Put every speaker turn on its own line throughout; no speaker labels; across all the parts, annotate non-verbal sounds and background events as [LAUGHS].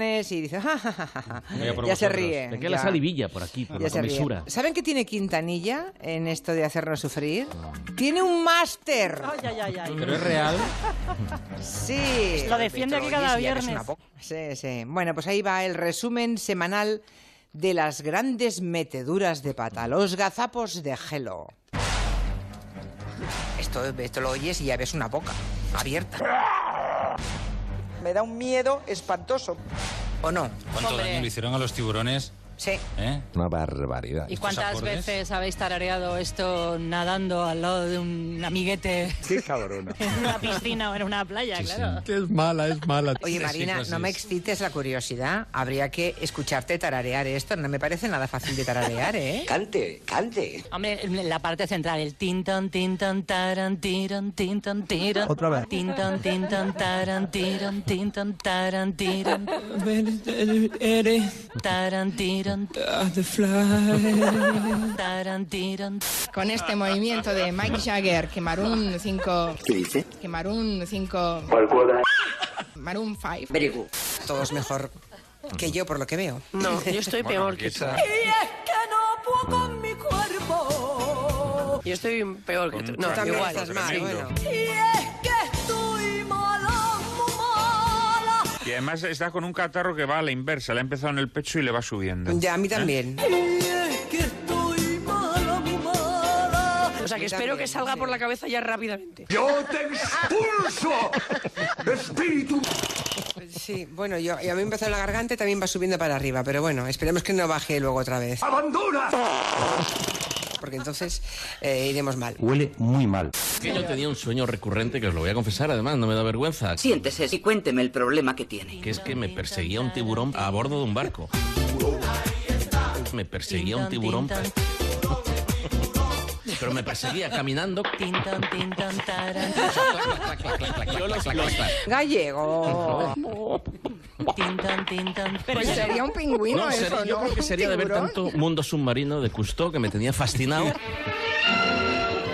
y dice, "Ja, ja, ja, ja, ja".
Voy a por
ya se
vosotros.
ríe.
Le queda la
ya.
salivilla por aquí, por
Ya
la
se ríe.
comisura.
¿Saben qué tiene Quintanilla en esto de hacernos sufrir? Tiene un máster.
Ay, ay, ay, ay.
Pero es real.
Sí.
Lo defiende aquí cada viernes.
Sí, sí. Bueno, pues ahí va el resumen semanal de las grandes meteduras de pata, los gazapos de gelo. Esto, esto lo oyes y ya ves una boca abierta,
Me da un miedo espantoso.
¿o no?
¿Cuánto
Hombre.
daño le hicieron a los tiburones?
Sí.
¿Eh?
Una barbaridad.
¿Y
¿Estos
cuántas
acordes?
veces habéis tarareado esto nadando al lado de un amiguete
Qué cabrona.
[LAUGHS] en una piscina o en una playa, claro?
Que es mala, es mala.
Oye,
Sí,
Marina,
sí,
no me
sí.
excites la curiosidad. Habría que escucharte tararear esto. No me parece nada fácil de tararear, ¿eh?
Cante, cante.
Hombre, en la parte central, el tinton, tinton, taran, tiron, tinton, tiron.
Otra vez.
Tinton, tinton, taran, tiron, tinton, taran, tiron, taran, tiron, taran, tiron.
Con este movimiento de Mike Jagger, que Maroon 5,
¿Qué dice?
que Maroon 5, Maroon 5.
Verigu.
Todos mejor que yo, por lo que veo.
No, yo estoy peor que tú. Yo estoy peor que tú. No,
También
igual.
estás mal, bueno.
Y además está con un catarro que va a la inversa, le ha empezado en el pecho y le va subiendo.
Ya, a
¿Eh?
mí también.
O sea, que
Yo
espero que
también,
salga
sí.
por la cabeza ya rápidamente.
[LAUGHS]
Sí, bueno, yo, y a mí empezó en la garganta y también va subiendo para arriba, pero bueno, esperemos que no baje luego otra vez. ¡Abandona! Porque entonces eh, iremos mal.
Huele muy mal.
Que yo tenía un sueño recurrente, que os lo voy a confesar, además, no me da vergüenza.
Siéntese y cuénteme el problema que tiene.
Que es que me perseguía un tiburón a bordo de un barco. Me perseguía un tiburón. Pero me perseguía caminando.
Tinton, tinton, taran,
Yo los- los-
Gallego.
tinton, tinton.
Pues sería un pingüino ¿eh?
No,
eso,
sería- yo
¿no?
creo que
Un
sería de ver
tiburón.
tanto mundo submarino de Cousteau que me tenía fascinado.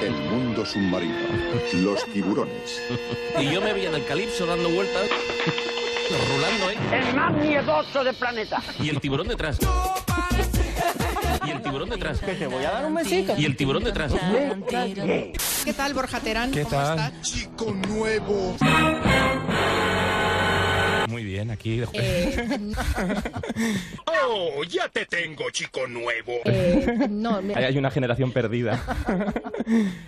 El mundo submarino. Los tiburones.
Y yo me vi en el calipso dando vueltas, rulando, ¿eh?
El más miedoso del planeta.
Y el tiburón detrás. Y el tiburón detrás.
te voy a dar un besito.
Y el tiburón detrás.
¿Qué tal, Borja Terán? ¿Cómo estás?
Chico nuevo.
Muy bien, aquí.
Eh,
Oh, ya te tengo, chico nuevo.
eh, no, me-
hay una generación perdida.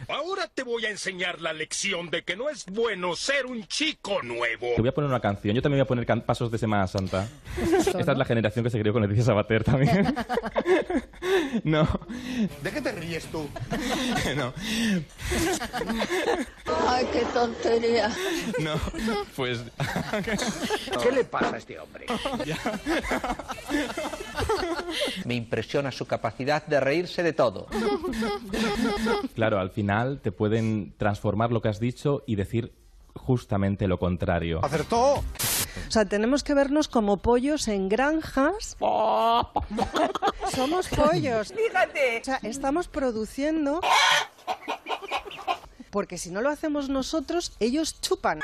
Ahora te voy a enseñar la lección de que no es bueno ser un chico nuevo.
Te voy a poner una canción. Yo también voy a poner can- pasos de Semana Santa. Esta es la generación que se crió con Leticia Sabater también. [LAUGHS] no.
¿De qué te ríes tú?
no.
Ay, qué tontería.
No. Pues.
¿Qué le pasa a este hombre?
Me impresiona su capacidad de reírse de todo.
Claro, al final te pueden transformar lo que has dicho y decir justamente lo contrario.
¿Acertó?
O sea, tenemos que vernos como pollos en granjas. Somos pollos.
Fíjate.
O sea, estamos produciendo. Porque si no lo hacemos nosotros, ellos chupan.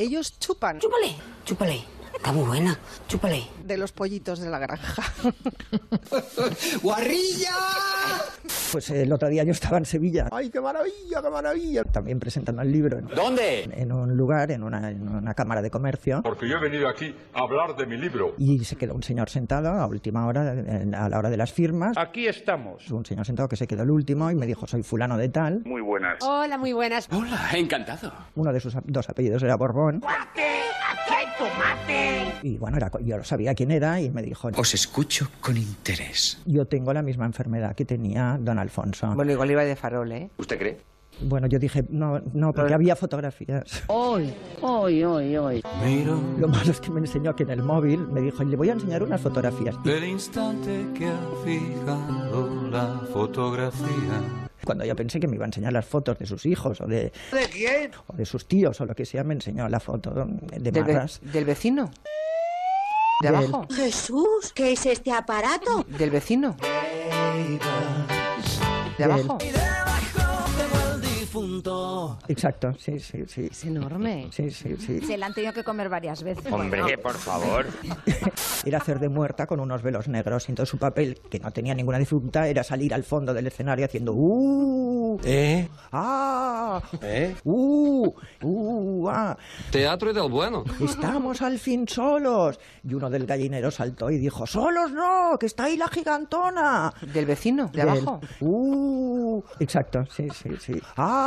Ellos chupan
Chúpale, chúpale. Está muy buena. Chúpale.
de los pollitos de la granja.
Pues el otro día yo estaba en Sevilla. ¡Ay, qué maravilla, qué maravilla! También presentando el libro. ¿Dónde? En un lugar, en una, en una cámara de comercio.
Porque yo he venido aquí a hablar de mi libro.
Y se quedó un señor sentado a última hora, en- a la hora de las firmas.
Aquí estamos.
Un señor sentado que se quedó el último y me dijo, soy fulano de tal.
Muy buenas.
Hola, muy buenas.
Uno de sus ap- dos apellidos era Borbón. Y bueno, era, co- yo lo sabía quién era y me dijo,
Os escucho con interés.
yo tengo la misma enfermedad que tenía don Alfonso.
Bueno, igual iba de farol, ¿eh?
¿Usted cree?
Bueno, yo dije, no, no, porque había fotografías.
Hoy, hoy, hoy, hoy.
Lo malo es que me enseñó que en el móvil me dijo, le voy a enseñar unas fotografías.
Del instante que ha fijado la fotografía.
Cuando yo pensé que me iba a enseñar las fotos de sus hijos o de... ¿De quién? O de sus tíos o lo que sea, me enseñó la foto de
Del, ve-
Marras.
del vecino. De
Del-
abajo.
Jesús, ¿qué es este aparato?
Del vecino. De abajo.
difunto.
Exacto, sí, sí, sí.
Es enorme.
Sí, sí, sí.
Se la han tenido que comer varias veces.
Hombre, por favor.
Era hacer de muerta con unos velos negros. Entonces su papel, que no tenía ninguna dificultad, era salir al fondo del escenario haciendo ¡Uh!
¿Eh?
¡Ah!
¿Eh?
¡Uh! ¡Uh! ¡Ah!
Teatro del bueno.
¡Estamos al fin solos! Y uno del gallinero saltó y dijo, ¡Solos no! ¡Que está ahí la gigantona!
¿Del vecino? ¿De abajo?
¡Uh! Exacto, sí, sí, sí. ¡Ah!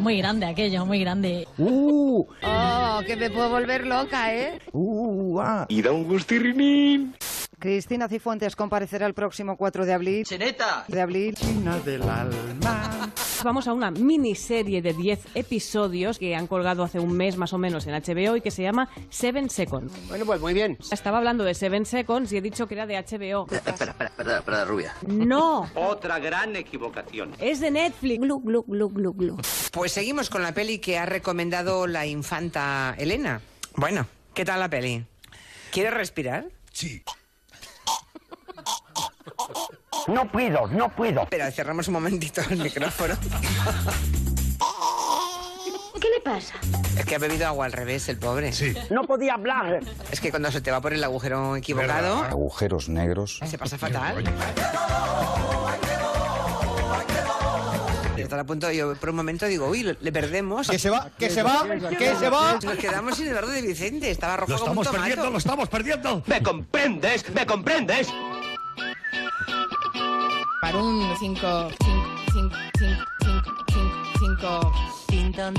Muy grande aquello, muy grande.
¡Uh!
Oh, que me puedo volver loca, ¿eh?
¡Uh! ¡Ah!
Y da un gustirrinín.
Cristina Cifuentes comparecerá el próximo 4 de abril.
¡Cheneta!
De abril.
del alma.
Vamos a una miniserie de 10 episodios que han colgado hace un mes más o menos en HBO y que se llama Seven Seconds.
Bueno, pues muy bien.
Estaba hablando de Seven Seconds y he dicho que era de HBO.
Espera, espera, espera, espera, rubia.
No,
Otra gran equivocación.
es de Netflix. Glu, glu, glu, glu, glu.
Pues seguimos con la peli que ha recomendado la infanta Elena. Bueno, ¿qué tal la peli? ¿Quieres respirar?
Sí.
No puedo, no puedo. Pero cerramos un momentito el micrófono.
¿Qué le pasa?
Es que ha bebido agua al revés, el pobre. Sí.
No podía hablar.
Es que cuando se te va por el agujero equivocado,
Agujeros negros.
se pasa fatal. Estar a punto, yo por un momento digo, uy, le le perdemos.
Que se va, que se va, que se va.
Nos quedamos sin Eduardo de Vicente, estaba rojo
Lo
como un
estamos
tomate.
perdiendo, lo
estamos perdiendo. ¿Me comprendes? ¿Me comprendes?
Para un 5, 5, 5, 5, 5, 5, 5.
Tinton,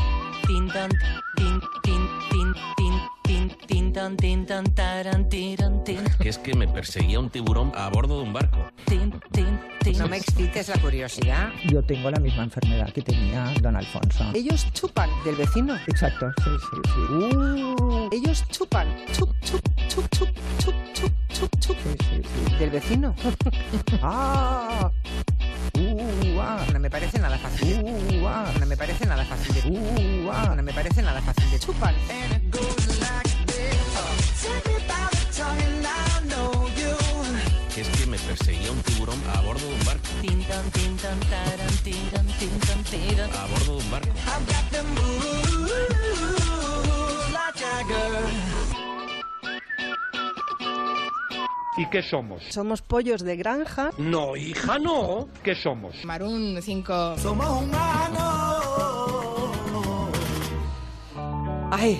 tin, tin, tin, tin, tin, tinton, tinton, taran, tiran, tin,
Que es que me perseguía un tiburón a bordo de un barco.
tin, tin, tin.
No me excites la curiosidad.
Yo tengo la misma enfermedad que tenía don Alfonso.
Ellos chupan del vecino.
Exacto, sí, sí, sí. ¡Uh!
Ellos chupan. Chup, chup, chup, chup, chup, chup, chup, chup. Del vecino.
[LAUGHS] ¡Ah! ¡Uh! ¡Ah!
No me parece nada fácil.
¡Uh! ¡Ah!
No me parece nada fácil.
¡Uh! ¡Ah!
No me parece nada fácil. de Chupan.
Que es que me perseguía un tiburón a bordo de un barco.
Tinton, tinton, taran, tiran, tinton, tiran.
A bordo de un barco.
¿Y qué somos?
Somos pollos de granja.
No, hija, no. ¿Qué somos?
Marún 5.
Somos humanos.
Ay,